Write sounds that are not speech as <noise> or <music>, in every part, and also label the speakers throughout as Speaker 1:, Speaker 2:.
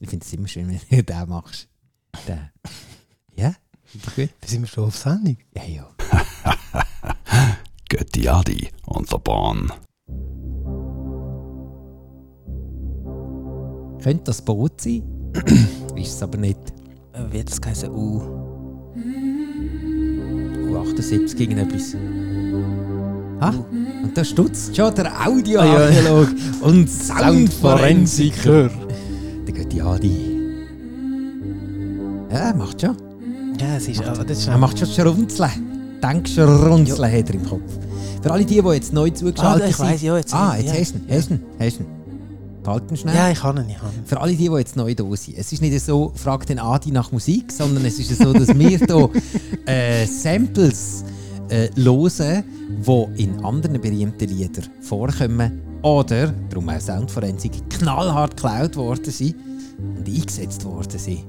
Speaker 1: Ich finde es immer schön, <laughs> wenn du den machst. Den. Ja? Gut.
Speaker 2: Wir sind schon auf Sendung.
Speaker 1: Ja, ja.
Speaker 3: Götti Adi und der Bahn.
Speaker 1: Könnte das Boot sein? <clears throat> Ist es aber nicht.
Speaker 2: Äh, Wie hat das geheißen? Uh.
Speaker 1: U78 irgendetwas. Ha? Und da stutzt schon der
Speaker 2: Ah,
Speaker 1: Audioarchäologe und Soundforensiker. Der Götti Adi. Ja, er macht schon.
Speaker 2: Ja, es ist, also, das ist
Speaker 1: Er macht schon Schrunzeln. Denkschrunzeln hat er im Kopf. Für alle die, die jetzt neu zugeschaltet
Speaker 2: Ah, ich
Speaker 1: sind.
Speaker 2: weiss, ja, jetzt-
Speaker 1: ah, jetzt
Speaker 2: ja.
Speaker 1: hast du ihn, hast du ihn, hast du ihn. Behalten schnell.
Speaker 2: Ja, ich kann ihn, ich kann ihn.
Speaker 1: Für alle die, die jetzt neu da sind. Es ist nicht so, frag den Adi nach Musik, sondern es ist so, dass wir hier äh, Samples äh, hören, die in anderen berühmten Liedern vorkommen oder, darum auch Soundforensik, knallhart geklaut worden sind und eingesetzt worden sind.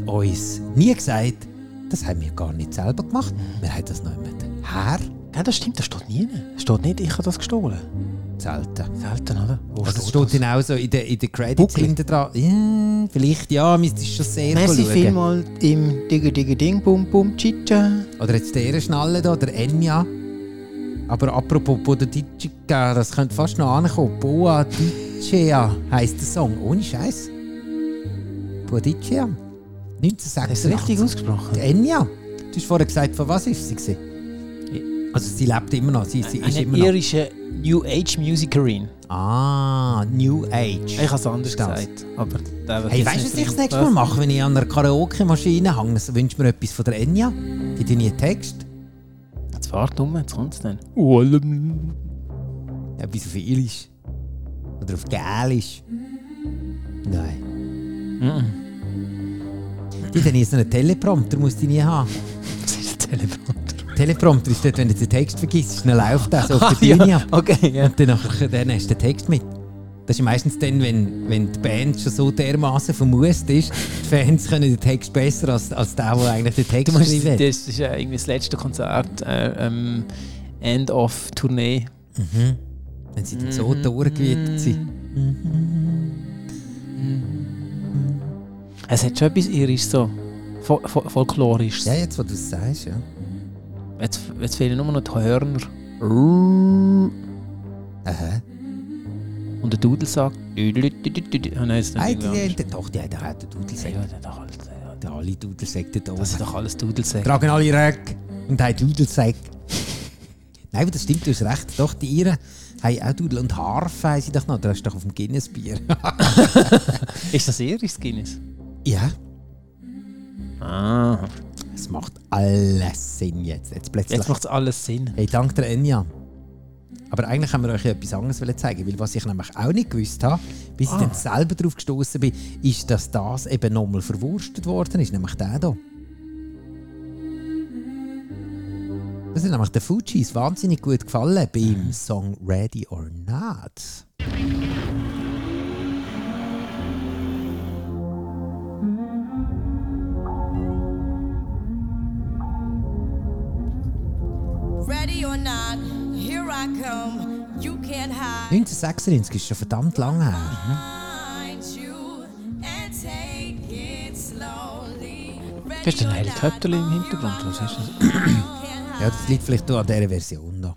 Speaker 1: Und uns nie gesagt, das haben wir gar nicht selber gemacht. Wir haben das noch jemand her.
Speaker 2: Nein, das stimmt, das steht nie. Das steht nicht, ich habe das gestohlen.
Speaker 1: Selten.
Speaker 2: Selten, oder? Wo
Speaker 1: Also das steht
Speaker 2: das?
Speaker 1: dann auch so in den, in den Credits
Speaker 2: Buckel?
Speaker 1: hinten dran. Ja, vielleicht ja, müsstest du schon sehr
Speaker 2: Merci
Speaker 1: schauen.
Speaker 2: vielmal im Digga Digga Ding Bum Bum Chicha.
Speaker 1: Oder jetzt der Schnalle da, der Enja. Aber apropos Bododicca, das könnte fast noch ankommen. Boa Dicea heisst der Song, ohne Scheiß. Bodicea.
Speaker 2: Hast du richtig
Speaker 1: 1986.
Speaker 2: ausgesprochen?
Speaker 1: Der Enja. Du hast vorher gesagt, von was ist sie? Gewesen? Also sie lebt immer noch, sie, sie ist immer noch.
Speaker 2: irische New Age Musicerin.
Speaker 1: Ah, New Age.
Speaker 2: Ich habe es anders
Speaker 1: Das.
Speaker 2: gesagt. Aber der wird
Speaker 1: Hey,
Speaker 2: jetzt
Speaker 1: weißt du,
Speaker 2: nicht
Speaker 1: was ich das
Speaker 2: drin.
Speaker 1: nächste Mal mache, wenn ich an einer Karaoke-Maschine hänge? Das Wünscht mir etwas von der Enja. Gibt ihr nie einen Text?
Speaker 2: Jetzt fahrt um, jetzt kommt es dann.
Speaker 1: Etwas auf Irisch. Oder auf Gälisch. Nein.
Speaker 2: Mhm.
Speaker 1: Die dann ist so einen Teleprompter, musst du nie haben.
Speaker 2: <laughs> Das <laughs> ist der Telefon.
Speaker 1: Teleprompter ist dort, wenn du den Text vergisst, dann läuft der so
Speaker 2: <laughs> Ah,
Speaker 1: auf der Bühne ab.
Speaker 2: Okay, ja.
Speaker 1: Und dann, nachher- dann hast du den Text mit. Das ist meistens dann, wenn, wenn die Band schon so dermaßen vermusst ist, die Fans können den Text besser als, als der, der eigentlich den Text
Speaker 2: Du musst,
Speaker 1: geschrieben hat.
Speaker 2: das ist ja irgendwie das letzte Konzert, äh, ähm, End of Tournee.
Speaker 1: Wenn sie dann
Speaker 2: Mhm.
Speaker 1: so durchgewirkt sind.
Speaker 2: Es hat schon etwas irisch so. Fol fol folklorisch.
Speaker 1: Ja, jetzt, wo du es sagst, ja.
Speaker 2: Jetzt, jetzt fehlen nur noch die Hörner
Speaker 1: Aha.
Speaker 2: und der Dudelsack. Düdelüdüdüdüdü. Ah, nein, das ist
Speaker 1: Hey,
Speaker 2: nicht
Speaker 1: die, die,
Speaker 2: irgendwie anders.
Speaker 1: die, doch, die haben doch auch den Dudelsäck.
Speaker 2: Ja, das ist doch alles- ja,
Speaker 1: Die haben alle Dudelsäcke da oben.
Speaker 2: Das sind doch alles Dudelsäcke.
Speaker 1: tragen alle Röcke und haben Dudelsäcke. <laughs> Nein, aber das stimmt, du hast recht. Doch, die Iren haben auch Dudel und Harfe haben sie doch noch. Da ist doch auf dem Guinness-Bier. <laughs>
Speaker 2: Ist das irisch, das Guinness?
Speaker 1: ja,
Speaker 2: Ah.
Speaker 1: es macht alles Sinn jetzt. Jetzt plötzlich.
Speaker 2: Jetzt macht es alles Sinn.
Speaker 1: Hey, dank der Enya. Aber eigentlich haben wir euch ja etwas anderes wollen zeigen, weil was ich nämlich auch nicht gewusst habe, bis ich dann selber drauf gestoßen bin, ist, dass das eben nochmal verwurstet worden ist, nämlich der hier. Das ist nämlich der Fujis wahnsinnig gut gefallen beim Song Ready or Not.
Speaker 4: Ready or not, here I come. You can't hide.
Speaker 1: 1996 ist schon verdammt lang her.
Speaker 4: Find you and take it slowly. Ready
Speaker 2: Das ist ein
Speaker 4: or
Speaker 2: Helikopter
Speaker 4: not, oh,
Speaker 2: im Hintergrund. Was ist das?
Speaker 1: Ja, das liegt vielleicht auch an dieser Version da.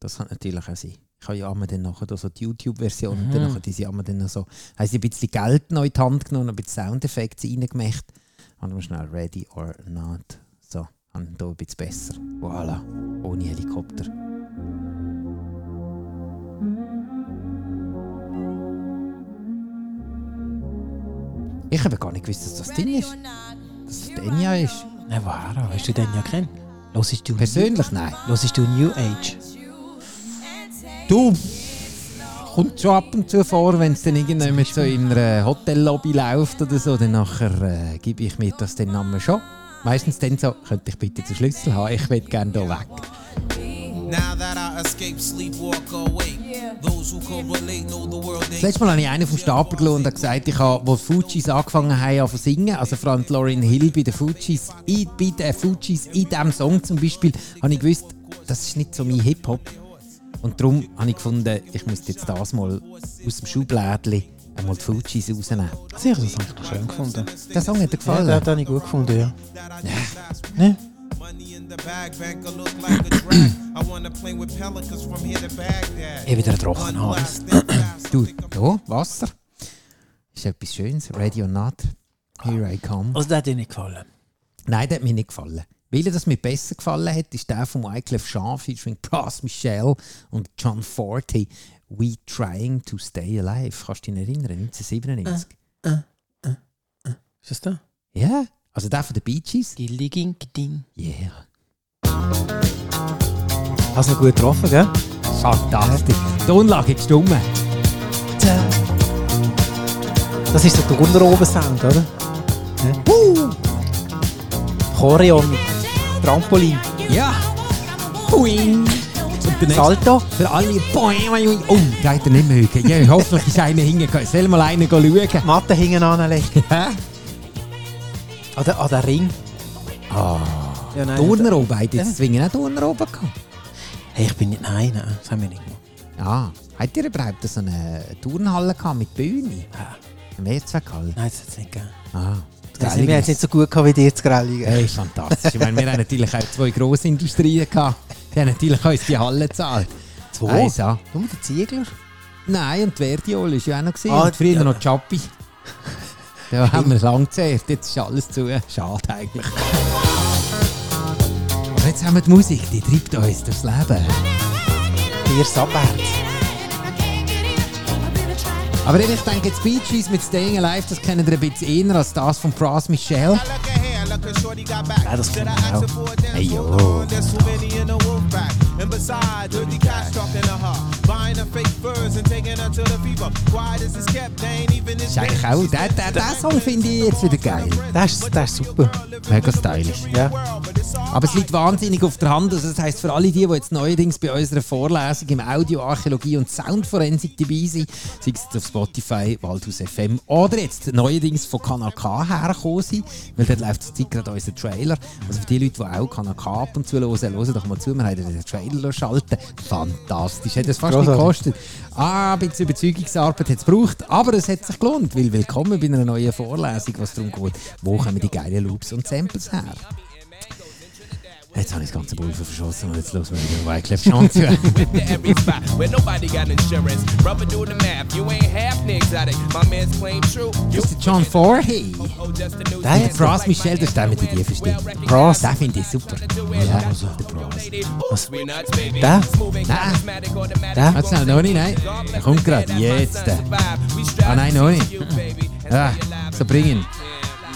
Speaker 1: Das kann natürlich auch sein. Ich habe ja einmal dann nachher da so die YouTube-Version und dann nachher die sind einmal dann noch so, haben sie ein bisschen Geld noch in die Hand genommen, ein bisschen Soundeffekte reingemacht. Haben wir schnell ready or not. So, haben da ein bisschen besser. Voilà. Ohne Helikopter. Ich habe gar nicht gewusst, dass das Ding ist. Dass das Denia ist.
Speaker 2: Nein, woher? Hast du den ja kennt? Hörst du,
Speaker 1: Persönlich nein.
Speaker 2: hörst du New Age?
Speaker 1: Du! Kommt schon ab und zu vor, wenn es dann irgendjemand so in einer Hotellobby läuft oder so, dann nachher äh, gebe ich mir das den Namen schon. Meistens dann so, könnte ich bitte den Schlüssel haben, ich will gerne hier weg.
Speaker 5: Now that I escape, sleep, walk awake. Those who correlate know the world
Speaker 1: Das
Speaker 5: ain't
Speaker 1: letzte Mal habe ich einen vom Stapel gelassen und habe gesagt, ich habe, wo die Fujis angefangen haben an zu singen, also vor allem die Lauryn Hill bei den Fujis, in, bei den Fujis, in diesem Song zum Beispiel, habe ich gewusst, das ist nicht so mein Hip-Hop. Und darum habe ich gefunden, ich muss jetzt das mal aus dem Schublädchen einmal die Fujis rausnehmen.
Speaker 2: Also, ich habe das eigentlich schön gefunden.
Speaker 1: Der Song hat dir
Speaker 2: Ja,
Speaker 1: gefallen.
Speaker 2: den, den habe ich gut gefunden, ja. Ne?
Speaker 5: Money in the bag, banker look like a drag. I wanna play with pelicans from here to Baghdad.
Speaker 2: Ich wieder ein trockener Hals.
Speaker 1: Du, da, Wasser. Ist etwas Schönes. Radio Nut. Here I come.
Speaker 2: Also, der hat dir nicht gefallen.
Speaker 1: Nein, der hat mir nicht gefallen. Weil er das mir besser gefallen hat, ist der von Wyclef Jean featuring Brass Michelle und John Forte. We Trying to Stay Alive. Kannst du dich erinnern? 1997.
Speaker 2: Ist das da?
Speaker 1: Ja. Also der von den Bee Gees?
Speaker 2: Gilliging, ding.
Speaker 1: Yeah.
Speaker 2: Hast du noch gut getroffen, gell?
Speaker 1: Fantastisch. Die Tonlage ist stumm.
Speaker 2: Das ist der Turner oben Sound, oder? Ne? Choreo mit Trampolin.
Speaker 1: Ja. Boing. Und der nächste.
Speaker 2: Salto.
Speaker 1: Für alle. Boing, boing. Oh, der hat er nicht mögen. Ja, hoffentlich ist einer hingegangen. Soll mal einer schauen? <laughs>
Speaker 2: Matte hinten <laughs> anlegen.
Speaker 1: Hä?
Speaker 2: An den, an den Ring. Ah. Ja, nein,
Speaker 1: Turner oben. Hat jetzt zwingen auch Turner oben gehabt.
Speaker 2: Hey, ich bin nicht... Nein, nein, das haben wir nicht gemacht.
Speaker 1: Ja, habt ihr überhaupt so eine Turnhalle gehabt mit Bühne?
Speaker 2: Ja.
Speaker 1: Eine Mehrzweckhalle?
Speaker 2: Nein, das hat es nicht gegeben.
Speaker 1: Ah,
Speaker 2: Das hat mir jetzt nicht so gut gehabt wie dir zu grelligen.
Speaker 1: Hey, fantastisch. Ich meine, wir haben natürlich auch zwei grosse Industrien gehabt. Die haben natürlich uns die Halle gezahlt.
Speaker 2: Zwei?
Speaker 1: Eins, ja.
Speaker 2: Du mit den Ziegler?
Speaker 1: Nein, und die Verdiol war ja auch noch. Gewesen.
Speaker 2: Ah,
Speaker 1: und früher
Speaker 2: ja.
Speaker 1: noch Chappi. Da haben wir lang gezehrt. Jetzt ist alles zu. Schade eigentlich. Aber jetzt haben wir die Musik, die treibt uns durchs Leben.
Speaker 2: Biers abwärts.
Speaker 1: Aber ehrlich, ich denke, jetzt Beach Boys mit Staying Alive, das kennen ihr ein bisschen eher als das von Pras Michelle.
Speaker 5: Now look at here, look at shorty got back.
Speaker 2: That is cool.
Speaker 5: Did I ask her for a dance?
Speaker 1: Hey,
Speaker 5: Hold
Speaker 1: yo.
Speaker 5: on, There's too many in the wolf pack. And besides, dirty cats talking to her. Buying her fake furs and taking her to the fever. Why does this kept? They ain't even this
Speaker 1: Ist eigentlich auch, der, der, der Song finde ich jetzt wieder geil.
Speaker 2: Das ist, das ist super.
Speaker 1: Mega stylisch.
Speaker 2: Ja.
Speaker 1: Aber es liegt wahnsinnig auf der Hand. Also das heisst, für alle die, die jetzt neuerdings bei unserer Vorlesung im Audioarchäologie und Soundforensik dabei sind, sei es jetzt auf Spotify, Waldhaus FM oder jetzt neuerdings von Kanal K hergekommen sind, weil dort läuft zurzeit gerade unser Trailer. Also für die Leute, die auch Kanal K ab und zu hören, hören doch mal zu, wir haben den Trailer schalten. Fantastisch, hat das fast nicht
Speaker 2: Grossartig.
Speaker 1: gekostet. Ah, ein bisschen Überzeugungsarbeit hat es gebraucht, aber es hat sich gelohnt, weil willkommen bei einer neuen Vorlesung, was darum geht, wo kommen die geilen Loops und Samples her. Jetzt habe ich das ganze Pulver verschossen und jetzt los mit dem Wyclef Jean zu. <laughs>
Speaker 6: to every spot where nobody got insurance. Rubber do the math, you ain't half the exotic. My man's claim true. You
Speaker 1: Das ist der John Forhey.
Speaker 6: oh, just a new
Speaker 1: Der hat Brass Michel, das ist der mit den tiefen Stimmen. Brass? Den finde ich super. Ja, also der Brass.
Speaker 6: Was? We're nuts, baby.
Speaker 2: Da?
Speaker 6: Smoothing,
Speaker 1: Da?
Speaker 6: charismatic, automatic.
Speaker 2: Da?
Speaker 1: Hat's noch noch nicht, nein. Der kommt gerade, jetzt. Ah nein, noch nicht. <laughs> Ah, so bring ihn.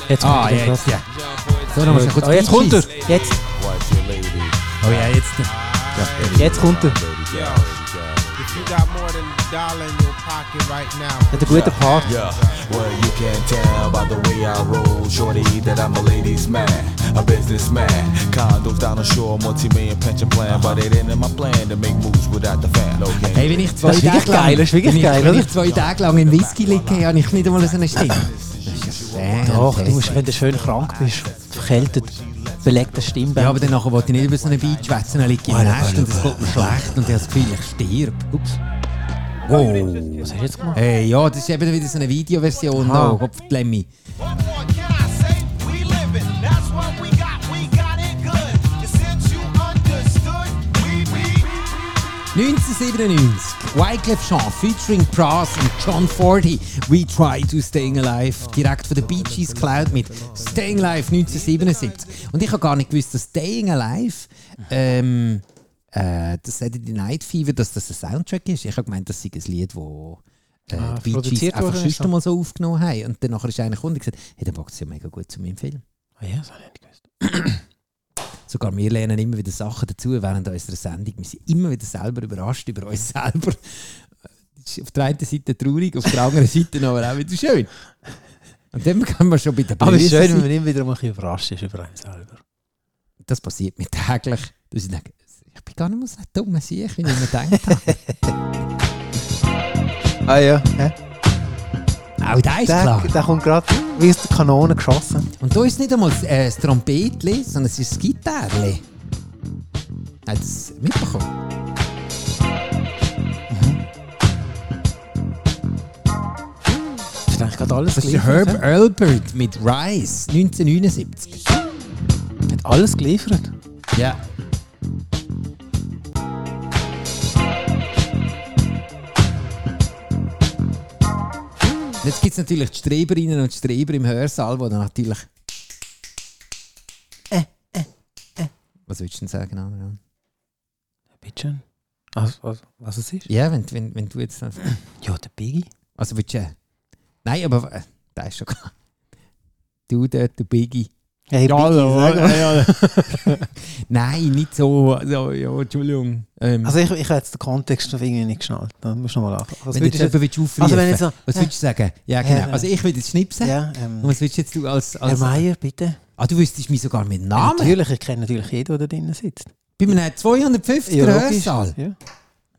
Speaker 2: Jetzt
Speaker 1: Ah,
Speaker 2: kommt er.
Speaker 1: jetzt, ja. So, noch mal schnell kurz
Speaker 2: Ah, jetzt kommt er.
Speaker 1: Beaches.
Speaker 2: Jetzt,
Speaker 1: Oh ja, jetzt.
Speaker 2: jetzt kommt er.
Speaker 5: If you got more than a dollar in your pocket right now,
Speaker 2: Hat einen guten Part.
Speaker 7: Yeah, well you can tell by the way I roll, shorty, that I'm a ladies' man, a businessman. Condos down the shore, multi-million pension plan, but it ain't in my plan to make moves without the fan. No game.
Speaker 1: Hey, wenn ich zwei
Speaker 2: Das ist wirklich
Speaker 1: Tage lang,
Speaker 2: geil, das ist wirklich
Speaker 1: wenn ich,
Speaker 2: geil,
Speaker 1: wenn
Speaker 2: oder?
Speaker 1: ich zwei Tage lang in Whisky liege, habe ich nicht einmal so eine Stimme. Das ist ja
Speaker 2: Doch, du
Speaker 1: fantastisch.
Speaker 2: musst, wenn du schön krank bist, verkältet, belegter Stimmband.
Speaker 1: Ja, aber dann nachher wollte ich nicht über so einen Beach schwätzen, dann liege ich im Nest und es kommt mir schlecht und ich habe das Gefühl, ich stirb. Ups. Wow.
Speaker 2: was hast du jetzt gemacht?
Speaker 1: Hey, ja, das ist eben wieder so eine Videoversion
Speaker 2: Ah.
Speaker 1: noch, Kopf Lemmy.
Speaker 5: What more can I say? We living. That's what we got. We got it good. And since you understood, we, we,
Speaker 1: 1997, Wyclef Jean featuring Pras und John Forty, We Try to Staying Alive, direkt von den Bee Gees Cloud mit Staying Alive 1977. Und ich habe gar nicht gewusst, dass Staying Alive, ähm, äh, das Saturday Night Fever, dass das ein Soundtrack ist. Ich habe gemeint, das sei ein Lied, wo äh,
Speaker 2: Ah,
Speaker 1: die Bee Gees
Speaker 2: produziert
Speaker 1: einfach
Speaker 2: worden
Speaker 1: sonst
Speaker 2: ist, ja.
Speaker 1: noch mal so aufgenommen haben. Und dann nachher ist einer gekommen und gesagt, hey, der packt es ja mega gut zu meinem Film.
Speaker 2: Ah ja, das habe ich nicht gewusst.
Speaker 1: <clears throat> Sogar wir lernen immer wieder Sachen dazu während unserer Sendung. Wir sind immer wieder selber überrascht über uns <laughs> selber. Das ist auf der einen Seite traurig, auf der anderen Seite aber auch wieder schön. Und dann können wir schon bei der
Speaker 2: Aber es
Speaker 1: Böse
Speaker 2: ist schön, wenn
Speaker 1: sein.
Speaker 2: man immer wieder mal ein bisschen überrascht ist über einen selber.
Speaker 1: Das passiert mir täglich. Dass ich denke, ich bin gar nicht mehr so ein dummer Sieg, wie ich mir gedacht habe.
Speaker 2: Ah ja,
Speaker 1: Auch das ist
Speaker 2: der,
Speaker 1: klar.
Speaker 2: der kommt gerade wie aus der Kanone geschossen.
Speaker 1: Und da ist nicht einmal das, äh, das Trompetli, sondern es ist das Gitarre. Hat es mitbekommen?
Speaker 2: ist eigentlich gerade alles
Speaker 1: Das ist der
Speaker 2: geliefert.
Speaker 1: Herb Albert mit Rice 1979.
Speaker 2: he? Hat alles geliefert.
Speaker 1: Ja. Jetzt gibt es natürlich die Streberinnen und Streber im Hörsaal, die dann natürlich. Äh, äh, äh. Was würdest du denn sagen, Adrian?
Speaker 2: Bitte schön. Also, also, was es ist?
Speaker 1: Ja, wenn, wenn, wenn du jetzt.
Speaker 2: Ja, der Biggie.
Speaker 1: Also willst du. äh, Nein, aber. Äh, da ist schon klar. Du dort, der Biggie.
Speaker 2: <laughs> Hey, Biggie, sag
Speaker 1: ja, Nein, nicht so. so ja, Entschuldigung. Ähm,
Speaker 2: Also ich, ich habe jetzt den Kontext noch irgendwie nicht geschnallt. Da musst du nochmal lachen. Was
Speaker 1: wenn du jetzt
Speaker 2: würdest
Speaker 1: jemanden willst aufrufen
Speaker 2: also wenn jetzt so-
Speaker 1: was würdest du sagen? Ja,
Speaker 2: Ja,
Speaker 1: genau.
Speaker 2: ja.
Speaker 1: Also ich würde jetzt
Speaker 2: du-
Speaker 1: schnipsen.
Speaker 2: ja,
Speaker 1: Und
Speaker 2: ähm,
Speaker 1: was würdest jetzt du als...
Speaker 2: Herr
Speaker 1: als
Speaker 2: Meier, bitte.
Speaker 1: ah, du wüsstest mich sogar mit
Speaker 2: Ja,
Speaker 1: Namen.
Speaker 2: natürlich, ich kenne natürlich jeden, der da drinnen sitzt.
Speaker 1: Bei einem 250er
Speaker 2: logisch.
Speaker 1: Hörsaal.
Speaker 2: Ja.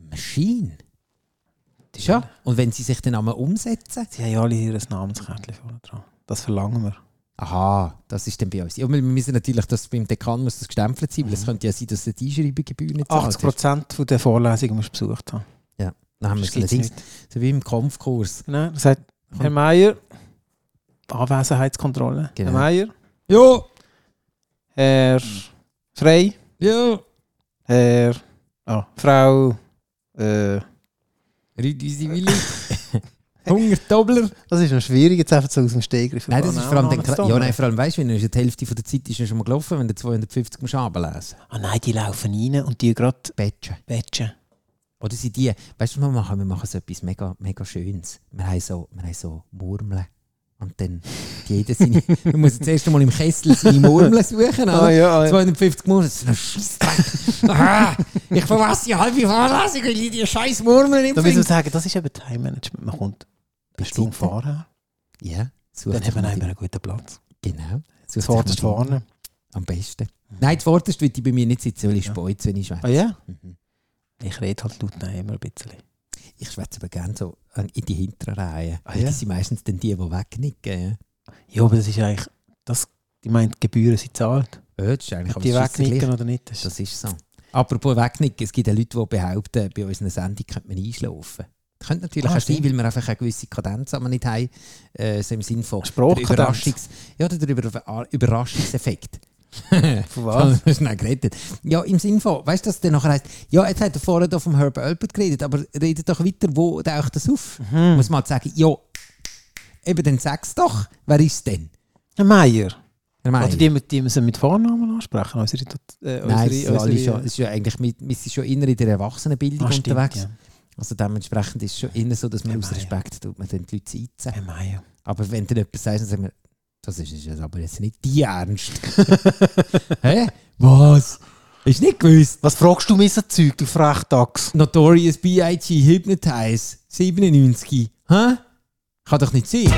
Speaker 1: Maschine. Schon. Und wenn sie sich dann einmal umsetzen?
Speaker 2: Sie haben ja alle ihr Namenskärtchen vorne dran. Das verlangen wir.
Speaker 1: Aha, das ist dann bei uns. Ja, wir müssen natürlich, dass beim Dekan muss das gestempelt sein, weil
Speaker 2: Mhm.
Speaker 1: es könnte ja sein, dass er die Einschreibegebühr nicht zahlt.
Speaker 2: 80% von der Vorlesungen musst du besucht haben.
Speaker 1: Ja. Dann haben wir so ein
Speaker 2: gibt's
Speaker 1: Ding, so wie im Kampfkurs.
Speaker 2: Genau, das heißt, Herr Meier, Anwesenheitskontrolle.
Speaker 1: Genau.
Speaker 2: Herr Meier,
Speaker 1: Ja,
Speaker 2: Herr Frey,
Speaker 1: ja.
Speaker 2: Herr ah, Frau, äh,
Speaker 1: Rüdwisi Willi. Hungertobler.
Speaker 2: das ist noch schwierig, jetzt einfach so aus dem Stegreif.
Speaker 1: Nein, das ist vor allem den Kla- Ja, nein,
Speaker 2: Ah
Speaker 1: vor allem, weißt du, wenn du die Hälfte von der Zeit ist ja schon mal gelaufen, wenn du 250 musst ablesen.
Speaker 2: nein, die laufen rein und die gerade
Speaker 1: Betschen.
Speaker 2: betschen.
Speaker 1: Oder sind die, weißt du, was wir machen? Wir machen so etwas mega, mega Schönes. Wir haben so, wir haben so Murmeln. Und dann hat jeder seine. man muss jetzt erst einmal im Kessel seine Murmeln suchen. Oder?
Speaker 2: Ah, ja, ah, ja.
Speaker 1: 250 Murmeln. Das ist ein Scheißdreck. Ah, ich verpasse die halbe Vorlesung, weil ich die scheiß Murmeln nicht
Speaker 2: Da müssen wir
Speaker 1: finde.
Speaker 2: sagen, das ist eben Time Management. Man kommt eine Stunde vorher,
Speaker 1: Ja, sucht
Speaker 2: dann
Speaker 1: sich
Speaker 2: haben wir
Speaker 1: mal
Speaker 2: einen
Speaker 1: die-
Speaker 2: guten Platz.
Speaker 1: Genau.
Speaker 2: Das
Speaker 1: Sucht
Speaker 2: vorderste
Speaker 1: sich mal die-
Speaker 2: vorne.
Speaker 1: Am besten. Nein, das vorderste würde ich bei mir nicht sitzen, weil ich ja. speuz, wenn ich schwätze.
Speaker 2: Mhm. Ah ja?
Speaker 1: Mhm.
Speaker 2: Ich rede halt laut nein, immer ein bisschen.
Speaker 1: Ich schwätze aber gerne so an- in die hinteren Reihen.
Speaker 2: Ah
Speaker 1: Weil
Speaker 2: ja?
Speaker 1: Das sind meistens dann die, die wegnicken.
Speaker 2: Ja, aber das ist eigentlich, das, ich meine, die Gebühren sind zahlt.
Speaker 1: Ja, ja Äh, das ist eigentlich
Speaker 2: Ob
Speaker 1: aber
Speaker 2: die
Speaker 1: das ist gleich.
Speaker 2: wegnicken oder nicht, das ist
Speaker 1: Das ist so. Apropos wegnicken, es gibt ja Leute, die behaupten, bei unserer Sendung könnte man einschlafen. Das könnte natürlich
Speaker 2: Ah,
Speaker 1: auch sein,
Speaker 2: stimmt.
Speaker 1: weil wir einfach eine gewisse Kadenz aber nicht haben. Äh, so im Sinn von
Speaker 2: Sprachkadenz.
Speaker 1: der Überraschungs ja, oder der Über
Speaker 2: <laughs>
Speaker 1: Überraschungseffekt.
Speaker 2: von
Speaker 1: Ah. <laughs>
Speaker 2: was?
Speaker 1: Schnell geredet. Ja, im Sinne von, weißt du, dass der nachher heisst, ja, jetzt hat er vorher da vom Herb Albert geredet, aber redet doch weiter, wo taucht das auf?
Speaker 2: Mhm.
Speaker 1: Muss man halt sagen, ja, eben dann sag's doch, wer ist denn?
Speaker 2: Herr Meier.
Speaker 1: Herr Meier.
Speaker 2: Oder die, mit- die müssen mit Vornamen ansprechen. Unsere, äh,
Speaker 1: Nein, es ist
Speaker 2: unsere,
Speaker 1: ja alle
Speaker 2: unsere,
Speaker 1: schon, es ist ja eigentlich, mit- wir sind schon immer in der Erwachsenenbildung
Speaker 2: Ah, stimmt,
Speaker 1: unterwegs.
Speaker 2: ja.
Speaker 1: Also dementsprechend ist es schon immer so, dass man
Speaker 2: Herr
Speaker 1: aus
Speaker 2: Meier.
Speaker 1: Respekt tut man dann die Leute einzählen.
Speaker 2: Herr Meier.
Speaker 1: Aber wenn dann jemand sagt, dann sagen wir, das ist, ist jetzt aber jetzt nicht die
Speaker 2: <laughs>
Speaker 1: Ernst. Hä? Was? Ist nicht gewusst.
Speaker 2: Was fragst du mich so Zeug, du Frechdachs?
Speaker 1: Notorious B.I.G. Hypnotize 97. Hä? Kann doch nicht sein.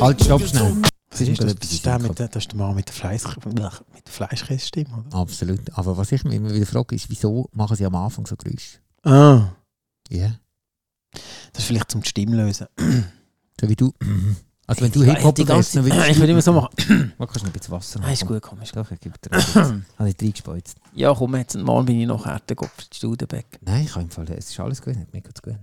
Speaker 1: Halt, stopp schnell.
Speaker 2: Was ist das? Das ist der, mit, der- das ist der Mann mit der, Fleisch, <laughs> mit der Fleischkäse-Stimme, oder?
Speaker 1: Absolut. Aber was ich mir immer wieder frage, ist, wieso machen sie am Anfang so Geräusche?
Speaker 2: Ah.
Speaker 1: Ja.
Speaker 2: Das ist vielleicht zum Stimme lösen.
Speaker 1: So wie du. Also wenn du
Speaker 2: Ja,
Speaker 1: Hip-Hop
Speaker 2: die ganze-
Speaker 1: dann würdest
Speaker 2: Ich würde immer so machen.
Speaker 1: du... Man kannst noch ein bisschen Wasser
Speaker 2: Nein, ist gut, komm, ist gut.
Speaker 1: Doch, ich gebe dir <laughs> noch ein bisschen. Habe ich reingespeuzt.
Speaker 2: Ja, komm, jetzt einen Morgen bin ich noch härter, Gottfried Studenbeck.
Speaker 1: Nein, ich kann im Fall... Es ist alles gut. Mir geht's gut.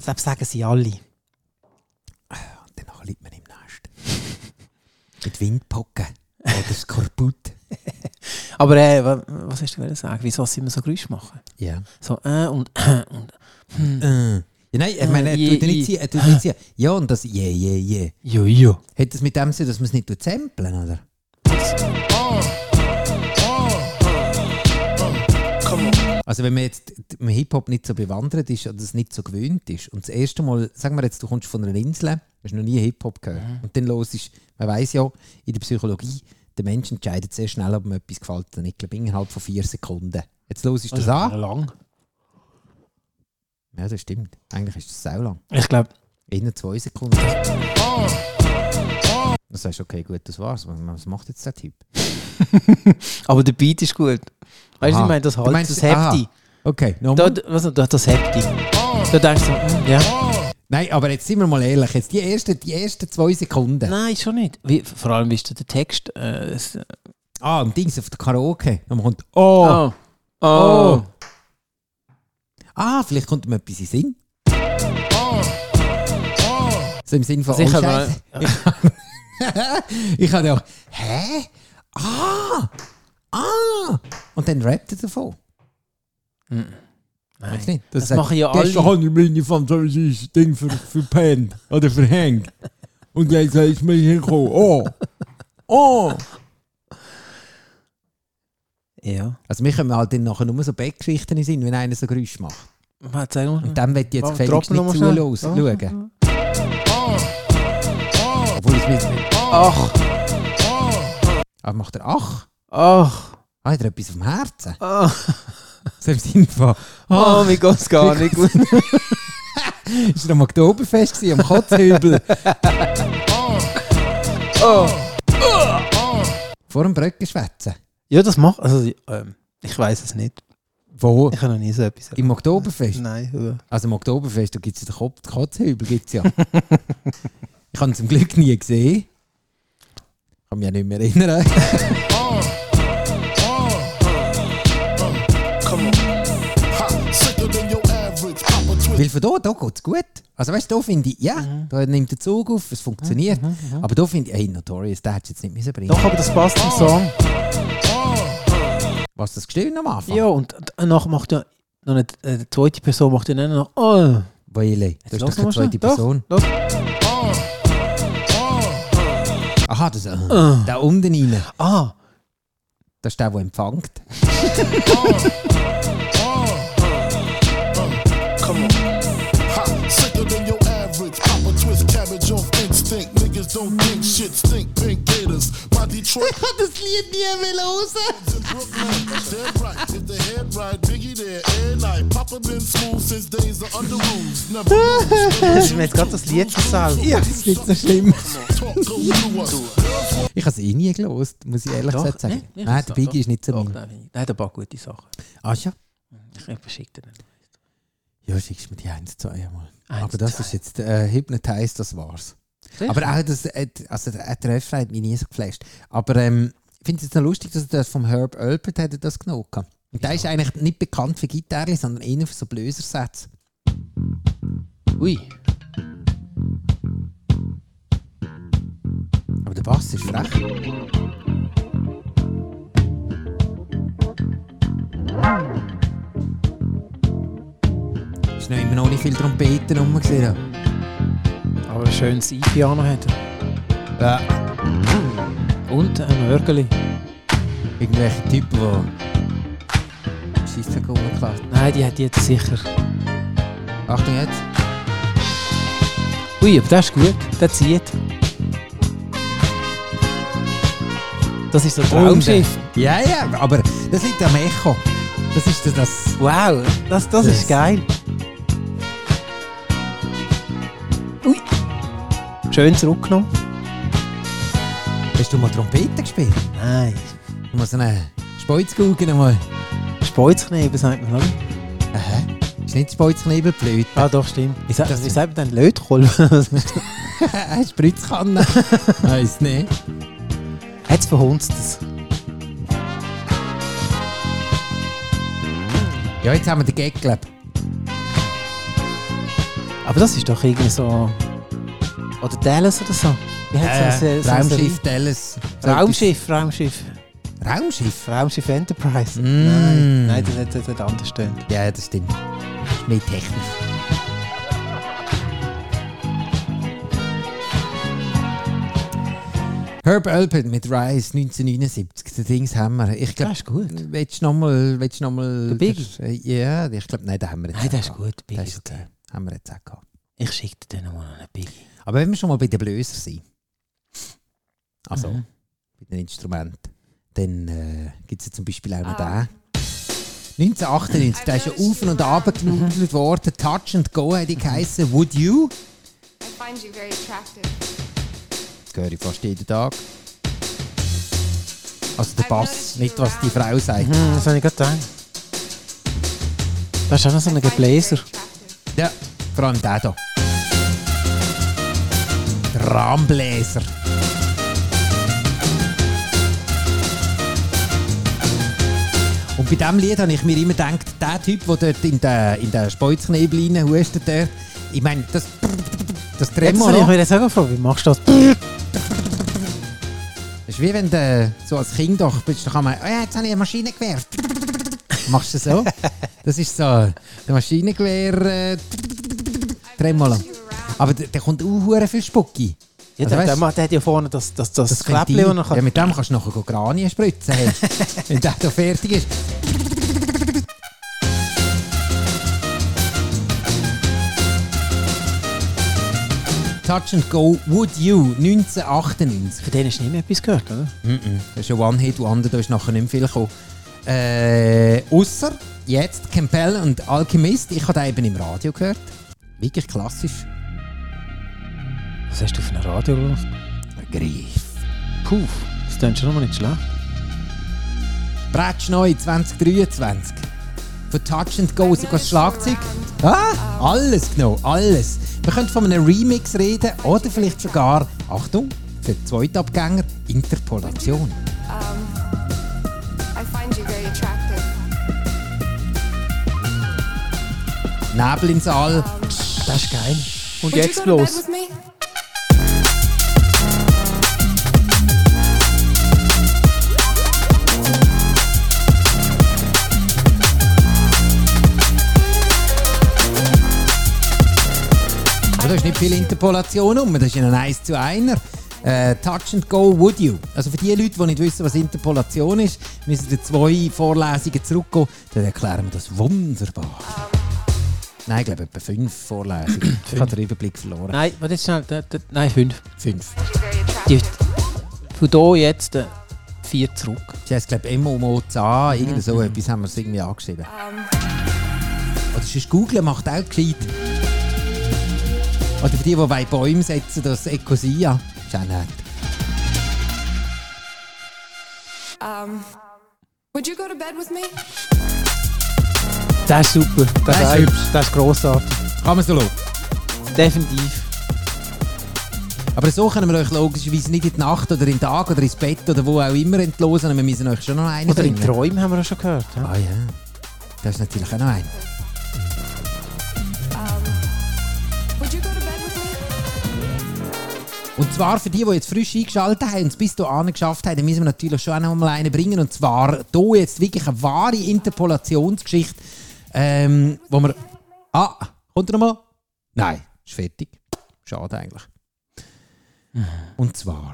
Speaker 2: Selbst sagen sie alle.
Speaker 1: Und danach liegt man im Nest. <laughs> Mit Windpocken. Oder Skorbut.
Speaker 2: Aber äh, wa- was hast du wollen sagen? Wieso sie immer so Geräusche machen?
Speaker 1: Ja.
Speaker 2: So äh und äh und
Speaker 1: Äh. Ja, nein, ich meine, er
Speaker 2: Äh,
Speaker 1: tut
Speaker 2: je,
Speaker 1: nicht
Speaker 2: je.
Speaker 1: sie- er tut nicht sie. Ja, und das je, je, je.
Speaker 2: jo jo.
Speaker 1: Hat das mit dem zu tun, dass man es nicht tut samplen, oder? Also wenn man jetzt im Hip-Hop nicht so bewandert ist oder es nicht so gewöhnt ist und das erste Mal, sagen wir jetzt, du kommst von einer Insel, hast noch nie Hip-Hop gehört und dann los ist, man weiß ja, in der Psychologie, der Mensch entscheidet sehr schnell, ob ihm etwas gefällt oder nicht. Ich glaube, innerhalb von vier Sekunden. Jetzt los ist
Speaker 2: Also,
Speaker 1: das an.
Speaker 2: lang.
Speaker 1: Ja, das stimmt. Eigentlich ist das sau lang.
Speaker 2: Ich glaube,
Speaker 1: Innen zwei Sekunden. Dann sagst du, okay, gut, das war's. Was- Was macht jetzt der Typ?
Speaker 2: aber der Beat ist gut. Weißt du,
Speaker 1: Aha.
Speaker 2: ich meine, das
Speaker 1: Ah. Du
Speaker 2: halt,
Speaker 1: meinst- ah.
Speaker 2: das Hefti.
Speaker 1: Okay,
Speaker 2: Da,
Speaker 1: nochmal.
Speaker 2: da- was, da, das Hefti.
Speaker 1: Oh.
Speaker 2: Da denkst du, hm, ja.
Speaker 1: Nein, aber jetzt sind wir mal ehrlich. Jetzt die ersten, die ersten zwei Sekunden.
Speaker 2: Nein, schon nicht. Wie, vor allem, wie ist da der Text? Äh, es,
Speaker 1: Ah, am Dings auf der Karaoke. Und man kommt, oh,
Speaker 2: Oh. Oh.
Speaker 1: Ah, vielleicht kommt ihm etwas in den Sinn. So im Sinn von, oh,
Speaker 2: Sicher, aber-
Speaker 1: Scheiße. <laughs> Ich habe auch, hä? Ah! Ah! Und dann rappt er davon. Nein, nicht.
Speaker 2: Hm. das
Speaker 1: Er sagt,
Speaker 2: machen ja
Speaker 1: gestern
Speaker 2: alle.
Speaker 1: habe ich meine französisches Ding ver verpennt oder verhängt. Und gleich ist mir hingekommen. Oh! Oh!
Speaker 2: Ja.
Speaker 1: Also wir können halt dann nachher nur so Backgeschichten in den Sinn, wenn einer so Geräusche macht.
Speaker 2: Mal zeig mal.
Speaker 1: Und dem wird jetzt
Speaker 2: Warum
Speaker 1: gefälligst
Speaker 2: droppen wir
Speaker 1: nicht
Speaker 2: mal
Speaker 1: zuhören.
Speaker 2: schnell?
Speaker 1: Schauen.
Speaker 2: Mhm.
Speaker 1: Obwohl es mir...
Speaker 2: Ach.
Speaker 1: Aber macht er «Ach»?
Speaker 2: Ach.
Speaker 1: Ah, hat er etwas auf dem Herzen?
Speaker 2: <laughs> Ach.
Speaker 1: So im Sinne von...
Speaker 2: Oh,
Speaker 1: «Ach,
Speaker 2: mir geht's gar nicht gut.
Speaker 1: ist er am Oktoberfest gewesen, am
Speaker 2: <laughs>
Speaker 1: Kotzhübel?» Vor dem Bröcken schwätzen.
Speaker 2: <laughs> Ja, das macht. Also, ähm, ich weiß es nicht.
Speaker 1: Wo?
Speaker 2: Ich habe noch nie so etwas erlebt.
Speaker 1: Im Oktoberfest?
Speaker 2: Nein. aber-
Speaker 1: Also im Oktoberfest, da gibt es den Kopf- Kotzhübel, gibt's ja. <laughs> ich habe ihn zum Glück nie gesehen. Kann mich ja nicht mehr
Speaker 2: <laughs>
Speaker 1: erinnern. Weil von da, da geht es gut. Also weißt du, da finde ich, ja,
Speaker 2: Mhm.
Speaker 1: da nimmt der Zug auf, es funktioniert. Aber da finde ich, hey, Notorious, den hättest du jetzt nicht müssen bringen
Speaker 2: Doch, aber das passt zum Song.
Speaker 1: Was das gestimmt am Anfang?
Speaker 2: Ja, und danach macht ja noch eine, äh, die zweite Person macht ja dann noch. Oh.
Speaker 1: Weil, das ist doch keine zweite
Speaker 2: Doch,
Speaker 1: Person.
Speaker 2: Doch.
Speaker 1: Aha, das, äh, da unten rein.
Speaker 2: Ah.
Speaker 1: Das ist der, der empfängt.
Speaker 8: Sicker than your average. Pop a twist cabbage off instinct. Niggas don't think shit stink. Pink gators. My Detroit
Speaker 1: das Lied nie will raus.
Speaker 8: in Brooklyn. Dead right. If the head right, Biggie there. Air night. Papa been smooth since days of under rules. Never
Speaker 2: Hast du mir jetzt gerade das Lied gesagt?
Speaker 1: Ja, das ist nicht so schlimm.
Speaker 8: talk, go do us.
Speaker 1: Ich habe es eh nie gelost, muss ich ehrlich
Speaker 2: Ah, Doch,
Speaker 1: gesagt sagen.
Speaker 2: nee, ich
Speaker 1: Nein,
Speaker 2: hab's
Speaker 1: der
Speaker 2: doch,
Speaker 1: Biggie
Speaker 2: doch.
Speaker 1: ist nicht so
Speaker 2: Doch,
Speaker 1: mein.
Speaker 2: nein, nein, der hat ein paar gute Sachen.
Speaker 1: Ah, ja?
Speaker 2: Ich, ich verschicke dir den.
Speaker 1: Ja, schickst mir die 1, 2 einmal.
Speaker 2: Eins,
Speaker 1: Aber das
Speaker 2: zwei.
Speaker 1: ist jetzt äh, Hypnotized, das war's.
Speaker 2: Sicher?
Speaker 1: Aber auch das, äh, also der, der Refrain hat mich nie so geflasht. Aber ähm, ich finde es jetzt noch lustig, dass er das vom Herb Alpert hat er das genommen hat. Und der ist eigentlich nicht bekannt für Gitarre, sondern eher für so Blösersätze.
Speaker 2: Ui.
Speaker 1: Aber der Bass ist frech. Ist noch immer noch nicht viel Trompeten rumgesehen.
Speaker 2: Aber ein schönes E-Piano hat er.
Speaker 1: Ja.
Speaker 2: Und ein Örgeli.
Speaker 1: Irgendwelche Typen, die. Scheiße, rumgeklappt.
Speaker 2: Nein, die hat jetzt sicher.
Speaker 1: Achtung jetzt.
Speaker 2: Ui, aber das ist gut. Der zieht. Das ist so ein Traumschiff.
Speaker 1: Ja, ja, aber das liegt am Echo. Das ist das. das
Speaker 2: Wow, das, das
Speaker 1: Das-
Speaker 2: ist geil. Ui. Schön zurückgenommen.
Speaker 1: hast du mal Trompete gespielt?
Speaker 2: Nein.
Speaker 1: Du musst einen Speuzgaugen einmal.
Speaker 2: Speuzknebel sagt man, oder?
Speaker 1: Aha. Ist nicht Speuzknebel <laughs> blöd.
Speaker 2: Ah, doch, stimmt. Wie sagt,
Speaker 1: Das-
Speaker 2: wie sagt man denn <laughs> Lötkolben? Hat's
Speaker 1: Äh, <laughs> Spritzkanne. Weiss nicht.
Speaker 2: verhunzt es.
Speaker 1: Ja, jetzt haben wir den Gag, glaub.
Speaker 2: Aber das ist doch irgendwie so. Oder Dallas oder so. Wie hat's so eine- so
Speaker 1: Äh,
Speaker 2: eine
Speaker 1: Raumschiff Dallas. So
Speaker 2: Serie? Raumschiff, Raumschiff.
Speaker 1: etwas- Raumschiff?
Speaker 2: Raumschiff Enterprise.
Speaker 1: Mm.
Speaker 2: Nein, nein, das hat das hat anders stimmt.
Speaker 1: Ja, das stimmt. Ist mehr Technik. Herb Alpert mit Rise 1979, den Dings haben wir. Ich glaube,
Speaker 2: Das ist gut.
Speaker 1: Willst du nochmal. Willst du nochmal.
Speaker 2: Der Biggie?
Speaker 1: das- Ja, ich glaube, nein, den haben wir jetzt
Speaker 2: Nein,
Speaker 1: auch
Speaker 2: das ist
Speaker 1: gehabt.
Speaker 2: gut. Biggie
Speaker 1: Das
Speaker 2: ist
Speaker 1: ist,
Speaker 2: okay.
Speaker 1: äh, haben wir jetzt auch gehabt.
Speaker 2: Ich schicke dir dann mal noch einen Biggie.
Speaker 1: Aber wenn wir schon mal bei den Blöser sind, also
Speaker 2: Mhm.
Speaker 1: bei den Instrumenten, dann äh, gibt es ja zum Beispiel auch noch den. 1998, der ist ja auf und ab genudelt worden. Touch and Go hätte ich geheissen. Would You?
Speaker 9: I find you very attractive.
Speaker 1: Das höre ich fast jeden Tag. Also der
Speaker 9: I've
Speaker 1: Bass,
Speaker 9: noticed you
Speaker 1: nicht was die Frau sagt.
Speaker 2: Hm, das habe ich gerade gedacht. Das ist auch noch so ein
Speaker 9: I find you very
Speaker 2: Gebläser.
Speaker 9: attractive.
Speaker 1: Ja, vor allem der hier. Der Rahmbläser. Und bei diesem Lied habe ich mir immer gedacht, der Typ, der dort in den, in den Speuzknebel reinhustet, der- ich meine, das, das
Speaker 2: Jetzt
Speaker 1: Tremolo,
Speaker 2: habe ich mir jetzt auch gefragt, wie machst du das? Also,
Speaker 1: das ist wie wenn du so als Kind doch bist, da kann man, oh ja, jetzt habe ich eine Maschine gewährt. Machst du so? Das ist so, der Maschinengewehr, äh, Tremolo. Aber da da kommt auch verdammt viel Spucki.
Speaker 2: Ja,
Speaker 1: Also
Speaker 2: der, der,
Speaker 1: weißt-
Speaker 2: macht- der hat ja vorne das, das, das, das
Speaker 1: könnte
Speaker 2: Kläppchen,
Speaker 1: ich-
Speaker 2: und dann
Speaker 1: Ja,
Speaker 2: kann...
Speaker 1: mit dem kannst du nachher go Granien spritzen, hey. wenn der da fertig ist. Touch and Go Would You 1998.
Speaker 2: Von denen hast du nicht mehr etwas gehört, oder?
Speaker 1: Das ist ein One-Hit, Wonder, da ist nachher nicht mehr viel gekommen. Äh, ausser jetzt Campbell und Alchemist. Ich habe den eben im Radio gehört. Wirklich klassisch.
Speaker 2: Was hast du für ein Radio gehört?
Speaker 1: Griff.
Speaker 2: Puh, das klingt schon mal nicht schlecht.
Speaker 1: Bratsch neu 2023. Von Touch and Go, sogar das Schlagzeug. Ah, alles genau, alles. Wir können von einem Remix reden oder vielleicht sogar, Achtung, für Zweitabgänger, Interpolation.
Speaker 9: I find you very attractive.
Speaker 1: Nebel ins All.
Speaker 2: Das ist geil. Und
Speaker 9: Would
Speaker 2: jetzt
Speaker 9: you go to bed
Speaker 2: los.
Speaker 9: with me?
Speaker 1: Aber da ist nicht viel Interpolation um, das ist in einem 1 zu 1. Äh, Touch and Go Would You. Also für die Leute, die nicht wissen, was Interpolation ist, müssen die zwei Vorlesungen zurückgehen. Dann erklären wir das wunderbar. Nein, ich glaube etwa fünf Vorlesungen. Ich habe den Überblick verloren.
Speaker 2: Nein, warte jetzt schnell. Da, da, nein, fünf.
Speaker 1: Fünf.
Speaker 2: Die,
Speaker 9: You're very attractive.
Speaker 2: von hier jetzt äh, vier zurück.
Speaker 1: Sie heißt, glaube ich, Emo Moza, irgend so etwas haben wir es irgendwie angeschrieben. Oder sonst googlen macht auch gescheit. Oder für die, die bei Bäumen setzen, das Ecosia. Ist auch nett.
Speaker 9: Um, Would you go to bed with me?
Speaker 2: Das ist super. Das,
Speaker 1: Das
Speaker 2: das
Speaker 1: ist
Speaker 2: ist Das ist grossartig.
Speaker 1: Kann man so schauen.
Speaker 2: Definitiv.
Speaker 1: Aber so können wir euch logischerweise nicht in die Nacht oder in den Tag oder ins Bett oder wo auch immer entlosen. Wir müssen euch schon noch einen
Speaker 2: Oder in
Speaker 1: bringen.
Speaker 2: Träumen haben wir auch schon gehört. Ja?
Speaker 1: Ah ja. Das ist natürlich auch noch ein.
Speaker 9: Would you go to bed with me?
Speaker 1: Und zwar für die, die jetzt frisch eingeschaltet haben und es bis hierhin geschafft haben, dann müssen wir natürlich schon auch noch mal einen bringen. Und zwar hier jetzt wirklich eine wahre Interpolationsgeschichte, ähm, wo wir... Ah, kommt er nochmal? Nein, ist fertig. Schade eigentlich. Und zwar...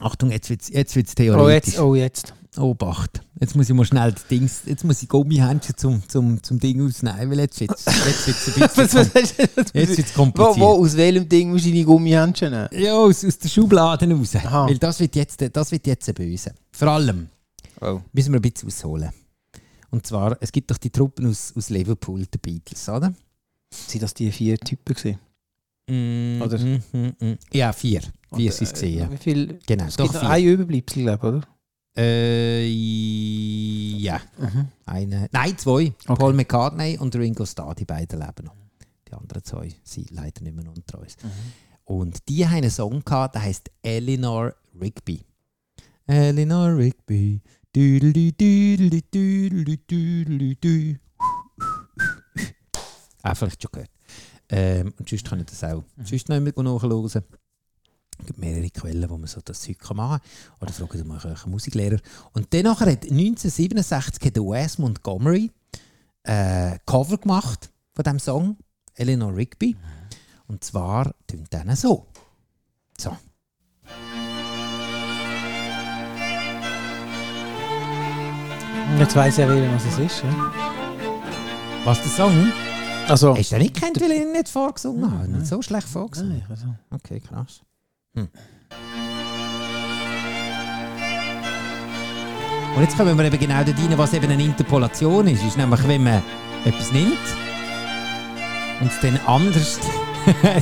Speaker 1: Achtung, jetzt wird es jetzt wird's theoretisch.
Speaker 2: Oh, jetzt. Oh, jetzt.
Speaker 1: Obacht. Jetzt muss ich mal schnell das Ding... Jetzt muss ich Gummihändchen zum, zum, zum Ding ausnehmen, weil jetzt wird es jetzt wird's
Speaker 2: <laughs>
Speaker 1: ein bisschen...
Speaker 2: Was, was hast du
Speaker 1: jetzt wird's kompliziert.
Speaker 2: wo, wo, aus welchem Ding musst du deine Gummihändchen nehmen?
Speaker 1: Ja, aus, aus der Schublade raus.
Speaker 2: Aha.
Speaker 1: Weil das wird jetzt, das wird jetzt böse. Vor allem
Speaker 2: Oh.
Speaker 1: müssen wir ein bisschen ausholen. Und zwar, es gibt doch die Truppen aus, aus Liverpool, die Beatles, oder?
Speaker 2: Sind das die vier Typen gewesen? Oder-
Speaker 1: Mm, mm, mm. Ja, vier. Vier sind es
Speaker 2: mhm, äh,
Speaker 1: gesehen.
Speaker 2: Wie viel?
Speaker 1: Genau,
Speaker 2: Es
Speaker 1: doch
Speaker 2: gibt noch
Speaker 1: vier.
Speaker 2: ein Überbleibsel, glaube ich, oder?
Speaker 1: Äh, ja.
Speaker 2: Mhm.
Speaker 1: Eine, nein, zwei. Paul McCartney und Ringo Starr, die beiden leben noch. Die anderen zwei sind leider nicht mehr unter uns. Und die haben einen Song gehabt, der heißt Eleanor Rigby. Eleanor Rigby. Düdelü, düdelü, düdelü, düdelü, dü. Ah, vielleicht schon gehört. Ähm, und sonst kann ich das auch. Sonst noch immer nachschauen. Es gibt mehrere Quellen, wo man so das Zeug kann machen kann. Oder fragen mal einen Musiklehrer. Und dann nachher hat 1967 hat der Wes Montgomery äh, Cover gemacht von diesem Song, Eleanor Rigby. Und zwar tönt dann so. So.
Speaker 2: Jetzt weiss ja jeder, was es ist. Ja?
Speaker 1: Was der Song?
Speaker 2: Also,
Speaker 1: Hast du den nicht kennt, weil ich ihn nicht vorgesungen habe? Nicht so schlecht vorgesungen.
Speaker 2: Nein, also.
Speaker 1: Okay, krass. Hm. Und jetzt kommen wir eben genau dort rein, was eben eine Interpolation ist. Ist nämlich, wenn man etwas nimmt und es dann anders. <laughs>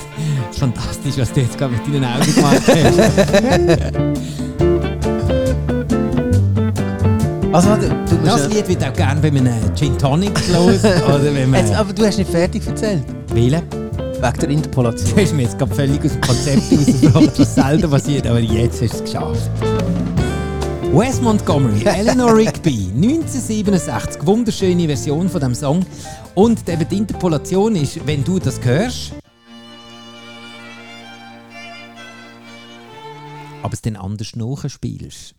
Speaker 1: Fantastisch, was du jetzt gerade mit deinen Augen gemacht hast.
Speaker 2: also warte, du musst
Speaker 1: das
Speaker 2: ja-
Speaker 1: Lied wird auch gerne bei einem Gin Tonic los oder wenn
Speaker 2: Jetzt,
Speaker 1: man
Speaker 2: aber du hast nicht fertig erzählt.
Speaker 1: wählen.
Speaker 2: Wegen der Interpolation.
Speaker 1: Du hast mir jetzt gerade <laughs> völlig aus dem Konzept rausgebracht, was selten passiert, aber jetzt hast du es geschafft. Wes Montgomery, Eleanor Rigby, 1967, wunderschöne Version von dem Song. Und eben die Interpolation ist, wenn du das hörst. Aber es dann anders nachspielst.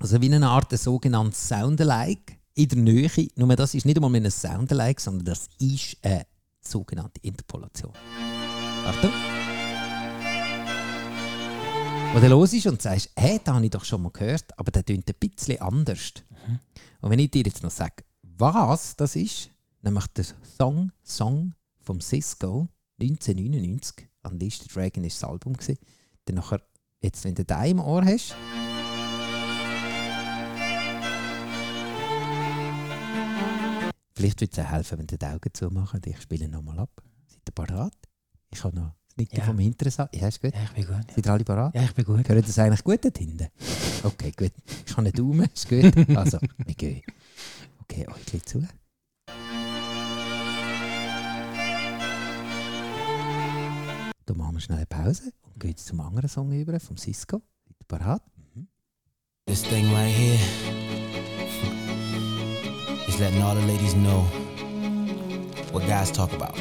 Speaker 1: Also wie eine Art sogenanntes Soundalike in der Nähe. Nur das ist nicht einmal mehr ein Soundalike, sondern das ist eine sogenannte Interpolation. Achtung! Wo du los ist und sagst, hey, das habe ich doch schon mal gehört, aber der tönt ein bisschen anders. Und wenn ich dir jetzt noch sage, was das ist, nämlich der Song, Song vom Cisco 1999, an Liste Dragon ist das Album, gewesen, dann nachher, jetzt, wenn du den im Ohr hast, Vielleicht würde es auch helfen, wenn du die Augen zumachen und ich spiele nochmal ab. Seid ihr parat? Ich habe noch das Nicken
Speaker 2: Ja.
Speaker 1: vom Hinteren. sa- Ja, ist gut.
Speaker 2: Ja, ich bin gut.
Speaker 1: Seid ihr alle parat?
Speaker 2: Ja, ich bin gut.
Speaker 1: Hören das eigentlich gut dort hinten? Okay, gut. Ich habe einen Daumen, ist
Speaker 2: <laughs>
Speaker 1: gut. Also, wir gehen. Okay, Äuglein zu. Dann machen wir schnell eine Pause und gehen jetzt zum anderen Song über, vom Cisco. Seid ihr parat?
Speaker 10: This thing right here is letting all the ladies know what guys talk about.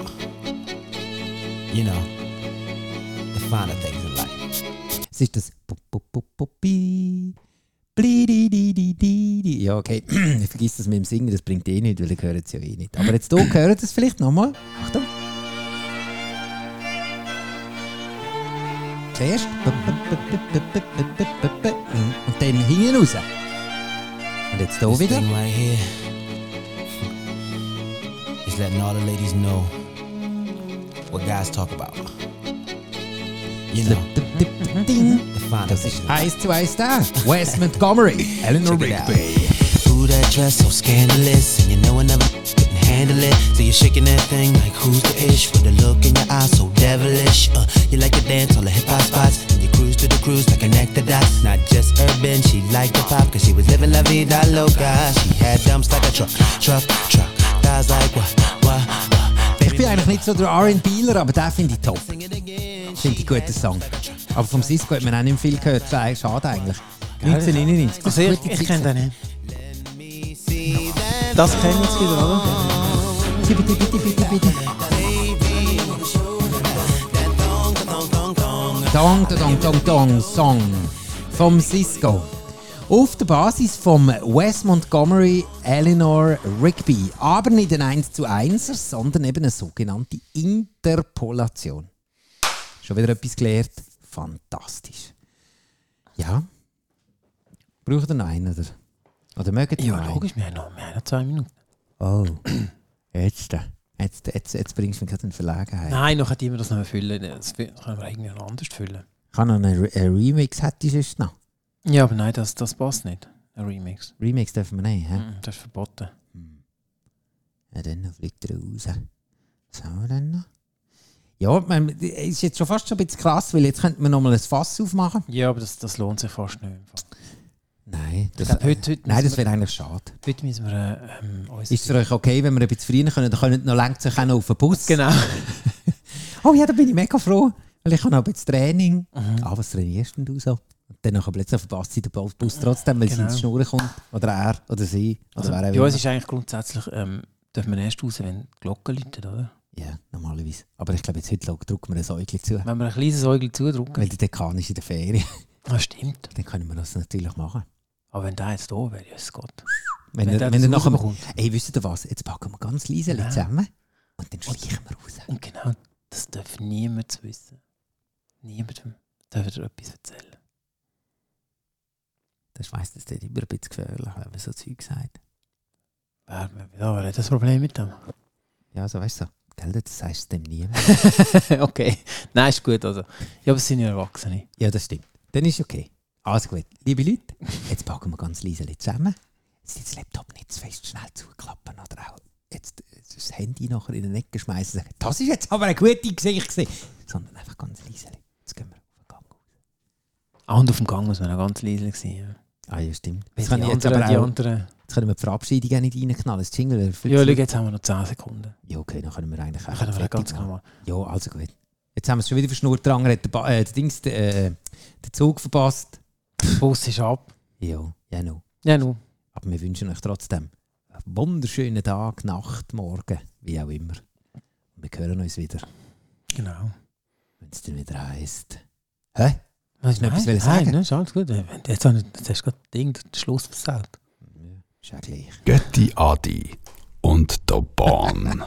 Speaker 10: You know, the finer things in life.
Speaker 1: Es ist das. Bu- bu- bu- bu- bi. Blidididididi. Ja, okay. <clears throat> Ich vergiss das mit dem Singen, das bringt eh nicht, weil ich höre es ja eh nicht. Aber jetzt
Speaker 10: <clears throat>
Speaker 1: hier gehört es vielleicht nochmal. Achtung. Zuerst. Bu- bu- bu- bu- bu- bu- bu- bu- bu- bu- Und dann hinten raus. Und jetzt hier
Speaker 10: This
Speaker 1: wieder.
Speaker 10: thing right here is letting all the ladies know what guys talk about. You know,
Speaker 1: Ding.
Speaker 10: the finer
Speaker 1: Das
Speaker 10: things.
Speaker 1: ist
Speaker 10: in life.
Speaker 1: eins zu eins da. Wes
Speaker 10: <laughs>
Speaker 1: Montgomery. Eleanor
Speaker 10: Check it out.
Speaker 1: Rigby.
Speaker 10: Ooh, that dress so scandalous, and you know I never can handle it. So you're shaking that thing like who's the ish with the look in your eyes so devilish. Uh, you like to dance on the hip hop spots, and you cruise to the cruise like connect the dots. Not just urban, she liked the pop, cause she was living la vida loca. She had dumps like a truck, truck, truck. Thighs like what, what, what.
Speaker 1: Ich bin eigentlich nicht so der R&Bler, aber den finde ich top. Finde ich guter Song. Aber vom Cisco hat man auch nicht viel gehört. Sei- Schade eigentlich. 1999.
Speaker 2: Also ich, ich kenne den nicht. Das kennen wir jetzt wieder, oder?
Speaker 1: Bitte, bitte, bitte, bitte. Dong, dong, dong, dong, Song vom Cisco. Auf der Basis vom Wes Montgomery Eleanor Rigby. Aber nicht ein 1 zu 1er, sondern eben eine sogenannte Interpolation. Schon wieder etwas gelernt. Fantastisch. Ja. Braucht ihr noch einen? Oder, oder mögt ihr noch
Speaker 2: Ja,
Speaker 1: einen?
Speaker 2: logisch, wir haben noch, wir haben noch zwei Minuten.
Speaker 1: Oh, jetzt. da. Jetzt, jetzt, jetzt bringst du mich gerade in Verlegenheit.
Speaker 2: Nein, noch hätten wir das noch füllen. Das fü- können wir irgendwie noch anders füllen.
Speaker 1: Ich habe noch einen, Re einen Remix, hätte ich sonst noch.
Speaker 2: Ja, aber nein, das, das passt nicht. Ein Remix.
Speaker 1: Remix dürfen wir nicht, hä?
Speaker 2: Mhm, Das ist verboten.
Speaker 1: Hm. Ja, dann fliegt er raus. Was haben wir denn noch? Ja, man, ist jetzt schon fast schon ein bisschen krass, weil jetzt könnten wir nochmal ein Fass aufmachen.
Speaker 2: Ja, aber das, das lohnt sich fast nicht. im Fall.
Speaker 1: Nein, das,
Speaker 2: Ich glaube, heute, heute,
Speaker 1: äh, nein, das
Speaker 2: müssen wir,
Speaker 1: wäre eigentlich schade.
Speaker 2: heute müssen wir äh, ähm, uns-
Speaker 1: Ist es für euch okay, wenn wir ein bisschen früher können? Dann könnt ihr noch lenkt euch auch noch auf den Bus.
Speaker 2: <laughs> Genau.
Speaker 1: Oh ja, da bin ich mega froh, weil ich habe noch ein bisschen Training.
Speaker 2: Mhm.
Speaker 1: Ah, was trainierst denn du so? Und dann nachher plötzlich verpasst sie den Bus trotzdem, weil sie
Speaker 2: Genau.
Speaker 1: ins Schnurren kommt. Oder er, oder sie, oder
Speaker 2: Also,
Speaker 1: wer auch
Speaker 2: bei
Speaker 1: immer.
Speaker 2: uns ist eigentlich grundsätzlich, ähm, dürfen wir erst raus, wenn die Glocke läutet, oder?
Speaker 1: Ja, normalerweise. Aber ich glaube, jetzt heute drücken wir ein Säugchen zu.
Speaker 2: Wenn wir ein kleines Säugel zudrücken.
Speaker 1: Weil der Dekan ist in der Ferien.
Speaker 2: Das stimmt.
Speaker 1: Dann können wir das natürlich machen.
Speaker 2: Aber wenn der jetzt da wäre, ja, es Gott.
Speaker 1: Wenn,
Speaker 2: Wenn
Speaker 1: er-
Speaker 2: der
Speaker 1: wenn er
Speaker 2: das
Speaker 1: nachher
Speaker 2: rausbekommt.
Speaker 1: Ey, wisst ihr was? Jetzt packen wir ganz leise
Speaker 2: Genau.
Speaker 1: zusammen und dann schleichen wir raus.
Speaker 2: Und genau das darf niemand wissen. Niemandem darf er etwas erzählen.
Speaker 1: Das weiss, das ist immer ein bisschen gefährlich, wenn man so Zeug sagt.
Speaker 2: Wer, ja, wer hat das Problem
Speaker 1: <laughs>
Speaker 2: mit dem?
Speaker 1: Ja, so weißt du. Gell, das sagst du dem niemand. <laughs>
Speaker 2: okay. Nein, ist gut. Also. Ja, aber es sind ja Erwachsene.
Speaker 1: Ja, das stimmt. Dann ist okay. Also gut, liebe Leute, jetzt packen wir ganz leise zusammen. Jetzt den Laptop nicht zu fest schnell zuklappen oder auch jetzt das Handy nachher in den Ecke schmeißen und sagen, das ist jetzt aber ein gutes Gesicht gewesen. Sondern einfach ganz leise. Jetzt gehen wir auf den Gang.
Speaker 2: Ah, und auf dem Gang muss man auch ganz leise sein. Ja.
Speaker 1: Ah ja, stimmt.
Speaker 2: Weil
Speaker 1: Jetzt, kann
Speaker 2: die
Speaker 1: ich jetzt
Speaker 2: anderen-
Speaker 1: aber
Speaker 2: die
Speaker 1: auch,
Speaker 2: anderen.
Speaker 1: jetzt können wir die Verabschiedung auch nicht reinknallen. Das Jingle wäre viel
Speaker 2: Ja, schau,
Speaker 1: zu-
Speaker 2: jetzt haben wir noch 10 Sekunden.
Speaker 1: ja, okay, dann können wir eigentlich
Speaker 2: Dann
Speaker 1: auch
Speaker 2: können wir auch
Speaker 1: fertig
Speaker 2: ganz
Speaker 1: machen.
Speaker 2: genau machen.
Speaker 1: Ja, also gut. Jetzt haben wir es schon wieder eh, verschnurrt. Der andere hat den, ba äh, den Dings, den, äh, den Zug verpasst.
Speaker 2: Der Bus ist ab.
Speaker 1: Ja, ja, no.
Speaker 2: Ja, nu.
Speaker 1: Aber wir wünschen euch trotzdem einen wunderschönen Tag, Nacht, Morgen, wie auch immer. Und wir hören uns wieder,
Speaker 2: Genau.
Speaker 1: wenn es dann wieder heisst. Hä?
Speaker 2: Was
Speaker 1: du noch etwas sagen?
Speaker 2: Nein, ne, ist alles gut. Jetzt, habe ich, jetzt hast du gerade das Ding, den Schluss versagt.
Speaker 1: Ist ja gleich.
Speaker 3: Götti Adi und der Bahn.